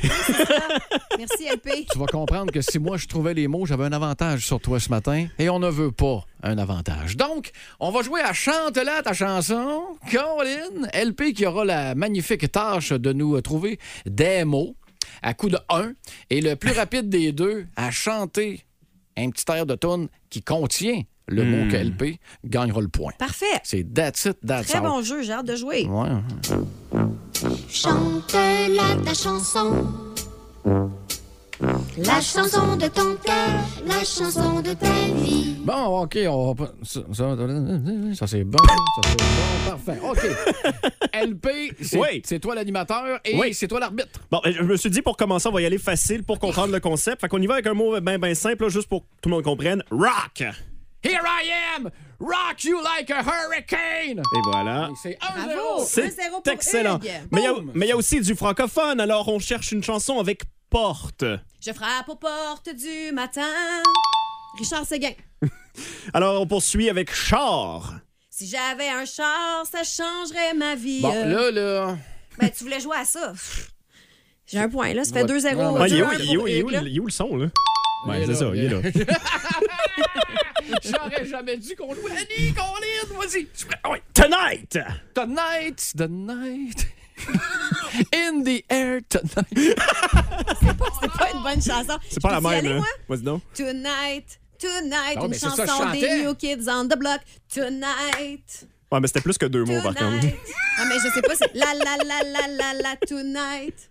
[SPEAKER 4] Merci, LP.
[SPEAKER 3] Tu vas comprendre que si moi je trouvais les mots, j'avais un avantage sur toi ce matin et on ne veut pas un avantage. Donc, on va jouer à Chante-la ta chanson. Caroline, LP qui aura la magnifique tâche de nous euh, trouver des mots à coup de 1 et le plus rapide des deux à chanter un petit air de tune qui contient le
[SPEAKER 7] Hmm.
[SPEAKER 3] mot que LP gagnera le point.
[SPEAKER 4] Parfait.
[SPEAKER 3] C'est that's it, that's
[SPEAKER 4] Très
[SPEAKER 3] all.
[SPEAKER 4] bon jeu, j'ai hâte de jouer.
[SPEAKER 3] Ouais.
[SPEAKER 10] Chante la ta chanson. La chanson de ton cœur, la chanson de ta vie.
[SPEAKER 3] Bon, OK, on va pas- Ça, ça- ça, c'est bon. Ça, c'est bon. Parfait. <laughs> OK. LP, c'est
[SPEAKER 7] Oui.
[SPEAKER 3] c'est toi l'animateur et
[SPEAKER 7] Oui.
[SPEAKER 3] c'est toi l'arbitre.
[SPEAKER 7] <laughs> Bon, je me suis dit, pour commencer, on va y aller facile pour comprendre le concept. Fait qu'on y va avec un mot bien, bien simple, là, juste pour que tout le monde comprenne. Rock! Et
[SPEAKER 3] Here I am! Rock you like a hurricane!
[SPEAKER 7] voilà.
[SPEAKER 3] Et C'est
[SPEAKER 4] Bravo!
[SPEAKER 3] 1-0.
[SPEAKER 7] C'est
[SPEAKER 4] 1-0 pour
[SPEAKER 7] excellent.
[SPEAKER 4] Hugues.
[SPEAKER 7] Mais il y a- mais il y a aussi du francophone, alors on cherche une chanson avec porte.
[SPEAKER 4] Je frappe aux portes du matin. Richard Seguin.
[SPEAKER 7] Alors on poursuit avec char.
[SPEAKER 4] Si j'avais un char, ça changerait ma vie.
[SPEAKER 3] Bon, là,
[SPEAKER 4] Euh,
[SPEAKER 3] là.
[SPEAKER 4] Ben, tu voulais jouer à ça. Pff. J'ai un point, là. Ça fait
[SPEAKER 3] Ouais.
[SPEAKER 4] 2-0.
[SPEAKER 3] Non,
[SPEAKER 7] Ah,
[SPEAKER 3] mais-
[SPEAKER 7] il est où,
[SPEAKER 4] 2-1
[SPEAKER 7] il est où,
[SPEAKER 4] pour
[SPEAKER 7] il est où,
[SPEAKER 4] Hugues, là.
[SPEAKER 7] il est où le son, là?
[SPEAKER 3] Il
[SPEAKER 7] Ouais,
[SPEAKER 3] est
[SPEAKER 7] c'est
[SPEAKER 3] là,
[SPEAKER 7] ça, il est là. <laughs>
[SPEAKER 3] J'aurais jamais dû qu'on joue. Annie, Colin, vas-y. Je suis prêt. Ah oui.
[SPEAKER 7] Tonight!
[SPEAKER 3] Tonight, the
[SPEAKER 4] <laughs>
[SPEAKER 3] night. In the air tonight.
[SPEAKER 4] C'est pas une bonne chanson.
[SPEAKER 7] C'est pas la
[SPEAKER 4] Je peux y
[SPEAKER 7] même,
[SPEAKER 4] aller,
[SPEAKER 7] là.
[SPEAKER 4] moi?
[SPEAKER 7] Vas-y donc.
[SPEAKER 4] Tonight, tonight,
[SPEAKER 3] Non,
[SPEAKER 4] une
[SPEAKER 3] mais c'est ça,
[SPEAKER 4] chanson
[SPEAKER 3] je chantais.
[SPEAKER 4] des New Kids on the Block. Tonight,
[SPEAKER 7] Ouais, mais c'était plus que deux mots, par contre.
[SPEAKER 4] tonight. Ah, mais je sais pas si. La, la, la, la, la, la, tonight.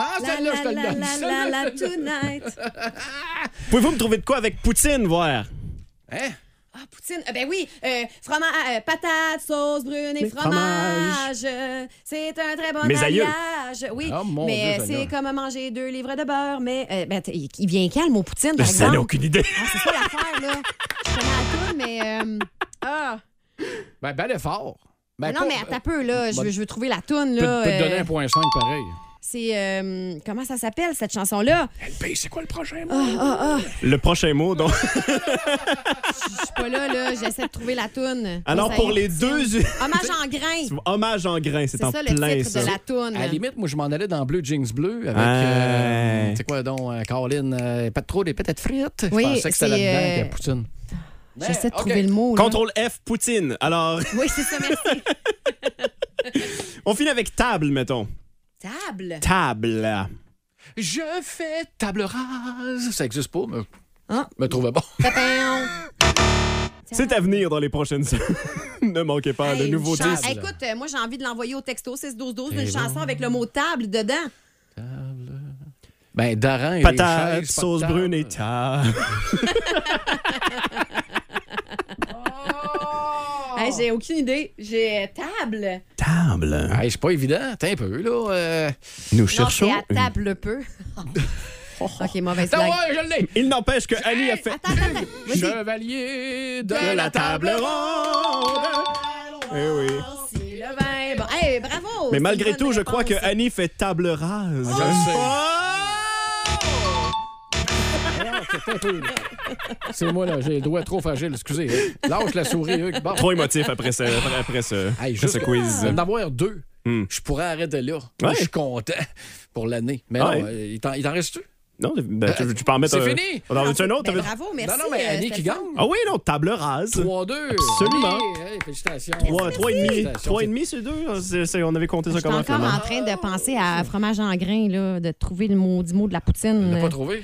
[SPEAKER 3] Ah,
[SPEAKER 4] La,
[SPEAKER 3] celle-là,
[SPEAKER 4] la,
[SPEAKER 3] je te
[SPEAKER 4] la,
[SPEAKER 3] le
[SPEAKER 4] la,
[SPEAKER 3] donne.
[SPEAKER 4] la,
[SPEAKER 3] Celle-là,
[SPEAKER 4] la,
[SPEAKER 3] je te le donne.
[SPEAKER 4] tonight.
[SPEAKER 7] Pouvez-vous me trouver de quoi avec Poutine, voir?
[SPEAKER 3] Hein?
[SPEAKER 4] Ah, poutine. Ah, ben oui, euh, fromage, euh, patate, sauce brune et fromage. Euh, C'est un très bon
[SPEAKER 7] Mes aïeux.
[SPEAKER 4] alliage. Oui,
[SPEAKER 3] Ah, mon
[SPEAKER 4] mais
[SPEAKER 3] Dieu,
[SPEAKER 4] euh, c'est
[SPEAKER 3] Seigneur.
[SPEAKER 4] comme manger deux livres de beurre. Mais euh, ben, t- il il vient calme au poutine, par
[SPEAKER 7] Ça n'a
[SPEAKER 4] exemple.
[SPEAKER 7] aucune idée.
[SPEAKER 4] Ah, c'est ça l'affaire, là. Je connais la toune, mais... euh, ah,
[SPEAKER 3] Ben, bel effort. Ben,
[SPEAKER 4] non,
[SPEAKER 3] pas-
[SPEAKER 4] mais attends un peu,
[SPEAKER 7] euh,
[SPEAKER 4] là. Je veux, je veux trouver la toune,
[SPEAKER 3] Peut,
[SPEAKER 4] là.
[SPEAKER 3] peut te donner
[SPEAKER 4] euh,
[SPEAKER 3] un point 5 pareil.
[SPEAKER 4] c'est... euh, comment ça s'appelle, cette chanson-là? Ah,
[SPEAKER 3] LP, c'est quoi le prochain mot?
[SPEAKER 7] Le prochain mot,
[SPEAKER 4] <laughs>
[SPEAKER 7] donc.
[SPEAKER 4] Je suis pas là, là. J'essaie de trouver la toune.
[SPEAKER 7] Alors,
[SPEAKER 4] Ça,
[SPEAKER 7] pour
[SPEAKER 4] ça,
[SPEAKER 7] les
[SPEAKER 4] Poutine.
[SPEAKER 7] deux.
[SPEAKER 4] Hommage en grain.
[SPEAKER 7] Hommage en grain, c'est en
[SPEAKER 4] C'est ça le
[SPEAKER 7] plein,
[SPEAKER 4] titre
[SPEAKER 7] ça.
[SPEAKER 4] de la toune.
[SPEAKER 3] À la limite, moi, je m'en allais dans Bleu Jeans Bleu
[SPEAKER 7] Hey.
[SPEAKER 3] avec. euh, c'est quoi donc, euh, Caroline euh, Pas de trop des petites frites.
[SPEAKER 4] Oui,
[SPEAKER 3] je pensais que c'était
[SPEAKER 4] c'est,
[SPEAKER 3] là-dedans
[SPEAKER 4] euh,
[SPEAKER 3] qu'il y a Poutine.
[SPEAKER 4] J'essaie de
[SPEAKER 3] Ok.
[SPEAKER 4] trouver le mot. là.
[SPEAKER 7] Contrôle F, Poutine. Alors, <laughs>
[SPEAKER 4] Oui, c'est ça, merci.
[SPEAKER 7] on finit avec table, mettons.
[SPEAKER 4] <laughs> Table.
[SPEAKER 7] Table.
[SPEAKER 3] Je fais table rase. Ça existe pas, mais.
[SPEAKER 4] Hein?
[SPEAKER 3] Me trouvais
[SPEAKER 4] <laughs>
[SPEAKER 3] bon.
[SPEAKER 4] Papin.
[SPEAKER 7] C'est à venir dans les prochaines <laughs> semaines. ne manquez pas le
[SPEAKER 4] Hey,
[SPEAKER 7] nouveau
[SPEAKER 4] une chan-
[SPEAKER 7] disque.
[SPEAKER 4] Hey, écoute, euh, moi, j'ai envie de l'envoyer au texto 6-12-12
[SPEAKER 7] Eh
[SPEAKER 4] d'une
[SPEAKER 3] Et
[SPEAKER 4] chanson avec le mot table dedans.
[SPEAKER 3] Ben, Daran et les
[SPEAKER 7] Patate,
[SPEAKER 3] chaises, pas de
[SPEAKER 7] sauce
[SPEAKER 3] table.
[SPEAKER 7] brune et table.
[SPEAKER 4] Oh. Hey, j'ai aucune idée. J'ai euh, table.
[SPEAKER 7] Table.
[SPEAKER 3] Hey, c'est pas évident. T'es un peu, là. euh.
[SPEAKER 7] Nous
[SPEAKER 4] Non,
[SPEAKER 7] cherchons.
[SPEAKER 4] c'est à
[SPEAKER 7] une-
[SPEAKER 4] table le <laughs> peu. Oh. OK, mauvaise
[SPEAKER 3] Ah
[SPEAKER 4] blague.
[SPEAKER 3] ouais, je l'ai.
[SPEAKER 7] Il n'empêche que Annie a fait.
[SPEAKER 4] Attends, attends, attends. Vas-y.
[SPEAKER 3] Chevalier de,
[SPEAKER 7] de la table ronde. Eh oui.
[SPEAKER 4] Si le vin est bon. Hey, bravo!
[SPEAKER 7] Mais
[SPEAKER 4] c'est
[SPEAKER 7] malgré
[SPEAKER 4] une
[SPEAKER 7] tout,
[SPEAKER 4] bonne
[SPEAKER 7] je crois que
[SPEAKER 4] réponse.
[SPEAKER 7] Annie fait table rase.
[SPEAKER 3] Je le sais.
[SPEAKER 7] Oh!
[SPEAKER 3] C'est moi, là. J'ai le doigt trop fragile. Excusez. Lâche la souris, Hugues. Bon.
[SPEAKER 7] Trop émotif après ce, après, après ce,
[SPEAKER 3] Hey,
[SPEAKER 7] après ce quiz.
[SPEAKER 3] d'en avoir deux.
[SPEAKER 7] Hmm.
[SPEAKER 3] Je pourrais arrêter là.
[SPEAKER 7] Ouais.
[SPEAKER 3] Je suis content pour l'année. Mais
[SPEAKER 7] Ouais.
[SPEAKER 3] non, euh, il t'en il t'en reste-tu?
[SPEAKER 7] Non, ben, tu, tu peux en mettre
[SPEAKER 3] C'est
[SPEAKER 7] un.
[SPEAKER 3] fini.
[SPEAKER 7] On en veut un autre?
[SPEAKER 4] Ben,
[SPEAKER 7] T'en veux-
[SPEAKER 4] bravo, merci.
[SPEAKER 3] non, non, mais
[SPEAKER 4] euh,
[SPEAKER 3] Annie qui
[SPEAKER 4] Stéphane.
[SPEAKER 3] gagne.
[SPEAKER 7] Ah oui, non, table rase.
[SPEAKER 3] 3-2.
[SPEAKER 7] Absolument.
[SPEAKER 3] Hey, hey, félicitations.
[SPEAKER 7] Trois, trois et demi.
[SPEAKER 3] Félicitations.
[SPEAKER 7] Trois et demi, c'est deux. hein, c'est- c'est- on avait compté ça
[SPEAKER 4] J'étais
[SPEAKER 7] comme un
[SPEAKER 4] encore en train de penser à fromage en grain, là, de trouver le mot, du mot de la poutine.
[SPEAKER 3] On l'a pas trouvé.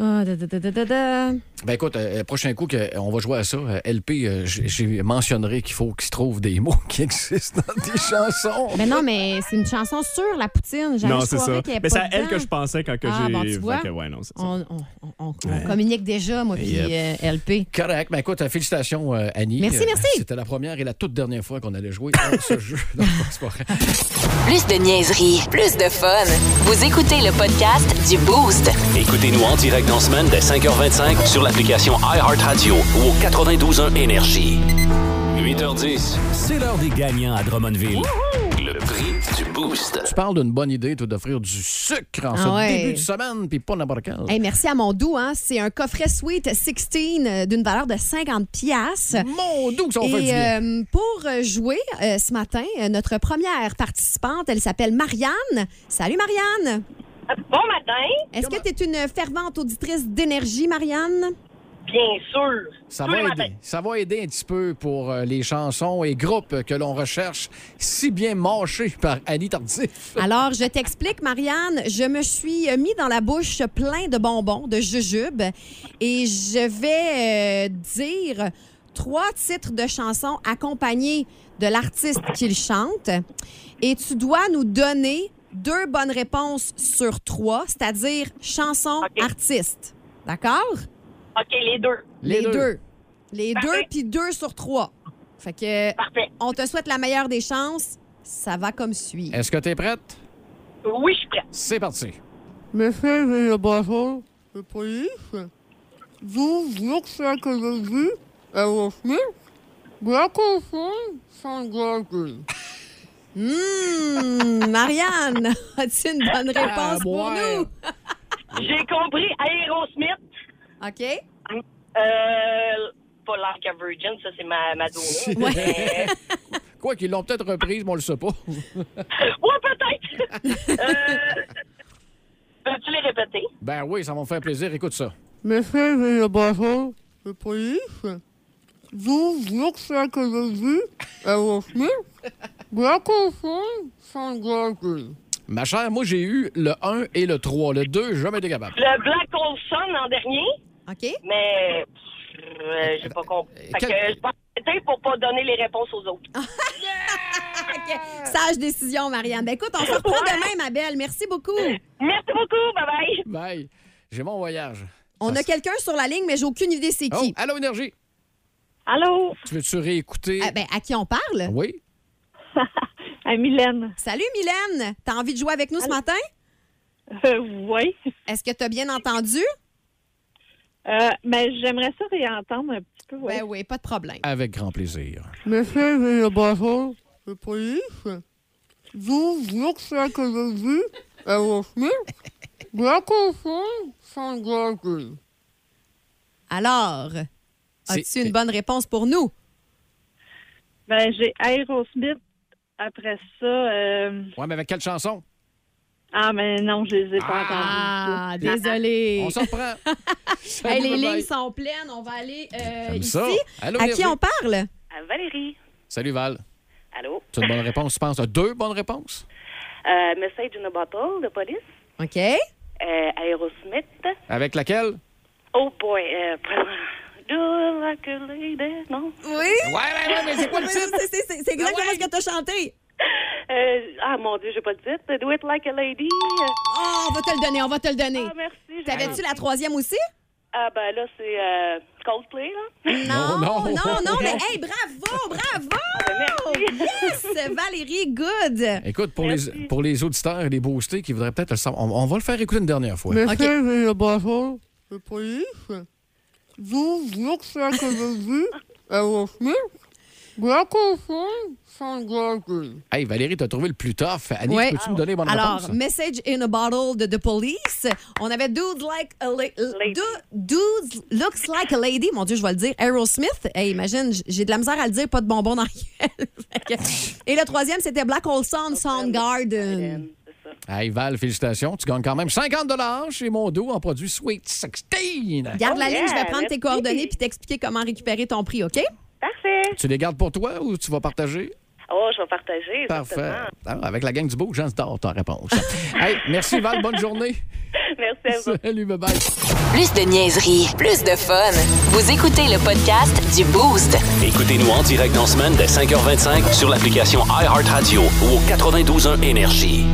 [SPEAKER 4] Ah, da, da, da, da, da, da.
[SPEAKER 3] Ben écoute, euh, prochain coup qu'on va jouer à ça, euh, LP, euh, j- j'ai mentionnerai qu'il faut qu'il se trouve des mots <laughs> qui existent dans tes chansons.
[SPEAKER 4] Mais non, mais c'est une chanson sur la poutine. J'avais-
[SPEAKER 7] Non,
[SPEAKER 4] je
[SPEAKER 7] c'est
[SPEAKER 4] croirais
[SPEAKER 7] ça.
[SPEAKER 4] qu'il y avait
[SPEAKER 7] Mais
[SPEAKER 4] pas
[SPEAKER 7] c'est à
[SPEAKER 4] de
[SPEAKER 7] elle
[SPEAKER 4] temps.
[SPEAKER 7] que je pensais quand que
[SPEAKER 4] Ah,
[SPEAKER 7] j'ai.
[SPEAKER 4] bon, tu
[SPEAKER 7] Fait
[SPEAKER 4] vois,
[SPEAKER 7] que, ouais, non, c'est ça.
[SPEAKER 4] on, on- on- on- on communique déjà, moi, puis
[SPEAKER 3] Yep.
[SPEAKER 4] euh, LP.
[SPEAKER 3] Correct. Ben écoute, euh, félicitations, euh, Annie.
[SPEAKER 4] Merci,
[SPEAKER 3] Euh,
[SPEAKER 4] merci.
[SPEAKER 3] C'était la première et la toute dernière fois qu'on allait jouer à ce <laughs> jeu. Non, c'est pas vrai.
[SPEAKER 1] Plus de niaiserie, plus de fun. Vous écoutez le podcast du Boost.
[SPEAKER 2] Écoutez-nous en direct dans la semaine dès 5h25 sur l'application iHeartRadio ou au 92.1 Énergie. 8h10, c'est l'heure des gagnants à Drummondville. Le prix du Boost.
[SPEAKER 3] Tu parles d'une bonne idée, toi, d'offrir du sucre en
[SPEAKER 4] Ah
[SPEAKER 3] ce
[SPEAKER 4] ouais.
[SPEAKER 3] début de semaine, puis pas n'importe quel.
[SPEAKER 4] Hey, merci à mon doux. Hein. C'est un coffret Sweet 16 euh, d'une valeur de 50 pièces.
[SPEAKER 7] Mmh.
[SPEAKER 3] Mon doux, ça va
[SPEAKER 4] Et,
[SPEAKER 3] faire du bien.
[SPEAKER 4] euh, pour euh, jouer euh, ce matin, euh, notre première participante, elle s'appelle Marianne. Salut Marianne.
[SPEAKER 11] Euh, Bon matin.
[SPEAKER 4] Est-ce que tu es une fervente auditrice d'énergie, Marianne?
[SPEAKER 11] Bien sûr.
[SPEAKER 4] euh,
[SPEAKER 3] Ça
[SPEAKER 11] Tous
[SPEAKER 3] va,
[SPEAKER 11] les matins.
[SPEAKER 3] aider. ça va aider un petit peu pour euh, les chansons et groupes que l'on recherche, si bien mâchés par Annie Tardif.
[SPEAKER 4] <laughs> Alors, je t'explique, Marianne. Je me suis euh, mis dans la bouche plein de bonbons, de jujubes, et je vais euh, dire trois titres de chansons accompagnés de l'artiste qu'il chante. Et tu dois nous donner deux bonnes réponses sur trois, c'est-à-dire chanson, artiste. D'accord?
[SPEAKER 11] OK, les deux.
[SPEAKER 4] Les, deux. Les
[SPEAKER 11] Parfait.
[SPEAKER 4] deux, puis deux sur trois. Fait que, on te souhaite la meilleure des chances. Ça va comme suit.
[SPEAKER 3] Est-ce que tu es prête?
[SPEAKER 11] Oui, je suis prête.
[SPEAKER 3] C'est parti.
[SPEAKER 12] Monsieur, j'ai le bonjour de police. Vous, vous, ce que j'ai vu, à Smith, Black Ocean, sans gorge.
[SPEAKER 4] Hum, <laughs> Marianne, as-tu une bonne réponse pour
[SPEAKER 12] Ah,
[SPEAKER 4] nous?
[SPEAKER 11] J'ai compris Aerosmith.
[SPEAKER 4] OK.
[SPEAKER 11] Euh, pas Like a Virgin, ça, c'est ma, ma donnée.
[SPEAKER 3] Ouais. Quoi qu'ils l'ont peut-être reprise, mais on le sait pas.
[SPEAKER 11] Peux-tu les répéter?
[SPEAKER 3] Ben oui, ça va me faire plaisir. Écoute ça.
[SPEAKER 12] Monsieur, j'ai le bonjour de police. Vous, vous, ce que euh, j'ai vu, à Smith, Black Ocean, sans gorge.
[SPEAKER 3] Ma chère, moi, j'ai eu le 1 et le 3. Le 2, jamais été capable.
[SPEAKER 11] Le Black Hole Sun en dernier.
[SPEAKER 4] OK.
[SPEAKER 11] Mais pff, euh, j'ai pas compris. Fait que je vais arrêter pour pas donner les réponses aux autres.
[SPEAKER 4] OK. Sage décision, Marianne. Ben écoute, on se reprend demain, ma belle. Merci beaucoup.
[SPEAKER 11] Merci beaucoup. Bye-bye.
[SPEAKER 3] Bye. J'ai mon voyage. Oh,
[SPEAKER 4] On a quelqu'un sur la ligne, mais j'ai aucune idée c'est qui.
[SPEAKER 3] allô, Énergie.
[SPEAKER 11] Allô?
[SPEAKER 3] Tu veux-tu
[SPEAKER 12] Oh,
[SPEAKER 3] réécouter?
[SPEAKER 4] ben, à qui on parle?
[SPEAKER 3] Oui.
[SPEAKER 13] à Mylène.
[SPEAKER 4] Salut, Mylène. T'as envie de jouer avec nous ce matin?
[SPEAKER 13] Euh, oui. <laughs>
[SPEAKER 4] Est-ce que t'as bien entendu?
[SPEAKER 13] mais Euh, ben, j'aimerais ça réentendre un petit peu.
[SPEAKER 4] Ben oui, pas de problème.
[SPEAKER 3] Avec grand plaisir.
[SPEAKER 12] Monsieur, j'ai le bonjour de police. Vous, vous, ce que euh, j'ai vu, à Smith, Black Ocean, sans gorge.
[SPEAKER 4] Alors, as-tu une bonne réponse pour nous?
[SPEAKER 13] Ben, j'ai Aerosmith. Après ça, euh,
[SPEAKER 3] Ouais, mais avec quelle chanson?
[SPEAKER 13] ah, mais non, je les ai pas
[SPEAKER 4] Ah,
[SPEAKER 13] entendus.
[SPEAKER 4] désolé.
[SPEAKER 13] On s'en <laughs> prend.
[SPEAKER 4] Hey, les
[SPEAKER 13] bye bye.
[SPEAKER 4] lignes sont pleines. On va aller euh,
[SPEAKER 3] J'aime
[SPEAKER 4] ici.
[SPEAKER 3] ça. Allô,
[SPEAKER 4] à
[SPEAKER 3] Énergie.
[SPEAKER 4] qui on parle?
[SPEAKER 14] Valérie.
[SPEAKER 3] Salut, Val.
[SPEAKER 14] Allô?
[SPEAKER 3] C'est une bonne réponse, tu penses? T'as deux bonnes réponses?
[SPEAKER 14] Euh, message in a bottle de police.
[SPEAKER 4] OK.
[SPEAKER 14] Euh, Aerosmith.
[SPEAKER 3] Avec laquelle?
[SPEAKER 14] Oh boy. Euh, <laughs> Do like a lady. Non?
[SPEAKER 4] Oui? Ouais, ouais, ouais, mais c'est quoi le titre? Ben C'est exactement ce que t'as chanté.
[SPEAKER 14] Euh, ah mon Dieu, j'ai pas de titre. Do it like a lady. Euh,
[SPEAKER 4] Oh, on va te le donner, on va te le donner.
[SPEAKER 14] Ah, merci.
[SPEAKER 4] T'avais-tu la troisième aussi?
[SPEAKER 14] Ah ben là, c'est euh, Coldplay, là.
[SPEAKER 4] Non, non, non, mais hey, bravo, bravo! Yes, Valérie, good!
[SPEAKER 3] Écoute, pour les, pour les auditeurs et les boostés qui voudraient peut-être le savoir, on, on va le faire écouter une dernière fois.
[SPEAKER 12] Monsieur, j'ai le bonjour de police. Vous, vous, ce que j'ai vu, à Smith, Black Ocean, sans gorge.
[SPEAKER 3] Hey, Valérie, t'as trouvé le plus tough. Annie,
[SPEAKER 4] Ouais.
[SPEAKER 3] peux-tu me donner bonne
[SPEAKER 4] Alors,
[SPEAKER 3] réponse?
[SPEAKER 4] Message in a Bottle de The Police. On avait Dude Like a la- Do- Dudes Looks Like a Lady. Mon Dieu, je vais le dire. Aerosmith. Hey, imagine, j- j'ai de la misère à le dire, pas de bonbons dans la gueule. <laughs> Fait que- Et le troisième, c'était Black Hole Sun, Soundgarden.
[SPEAKER 3] Hey, Val, félicitations. Tu gagnes quand même 50 chez Mondo en produit Sweet 16.
[SPEAKER 4] Garde la ligne, je vais prendre tes coordonnées puis t'expliquer comment récupérer ton prix, OK?
[SPEAKER 14] Parfait.
[SPEAKER 3] <laughs> Tu les gardes pour toi ou tu vas partager?
[SPEAKER 14] Oh, je vais partager.
[SPEAKER 3] Parfait.
[SPEAKER 14] exactement. <laughs>
[SPEAKER 3] Ah, avec la gang du beau, Jean Star, ta réponse. hey, merci Val, bonne journée.
[SPEAKER 13] Merci à vous.
[SPEAKER 3] Salut, bye bye.
[SPEAKER 1] Plus de niaiserie, plus de fun. Vous écoutez le podcast du Boost.
[SPEAKER 2] Écoutez-nous en direct dans la semaine dès 5h25 sur l'application iHeartRadio ou au 92.1 Énergie.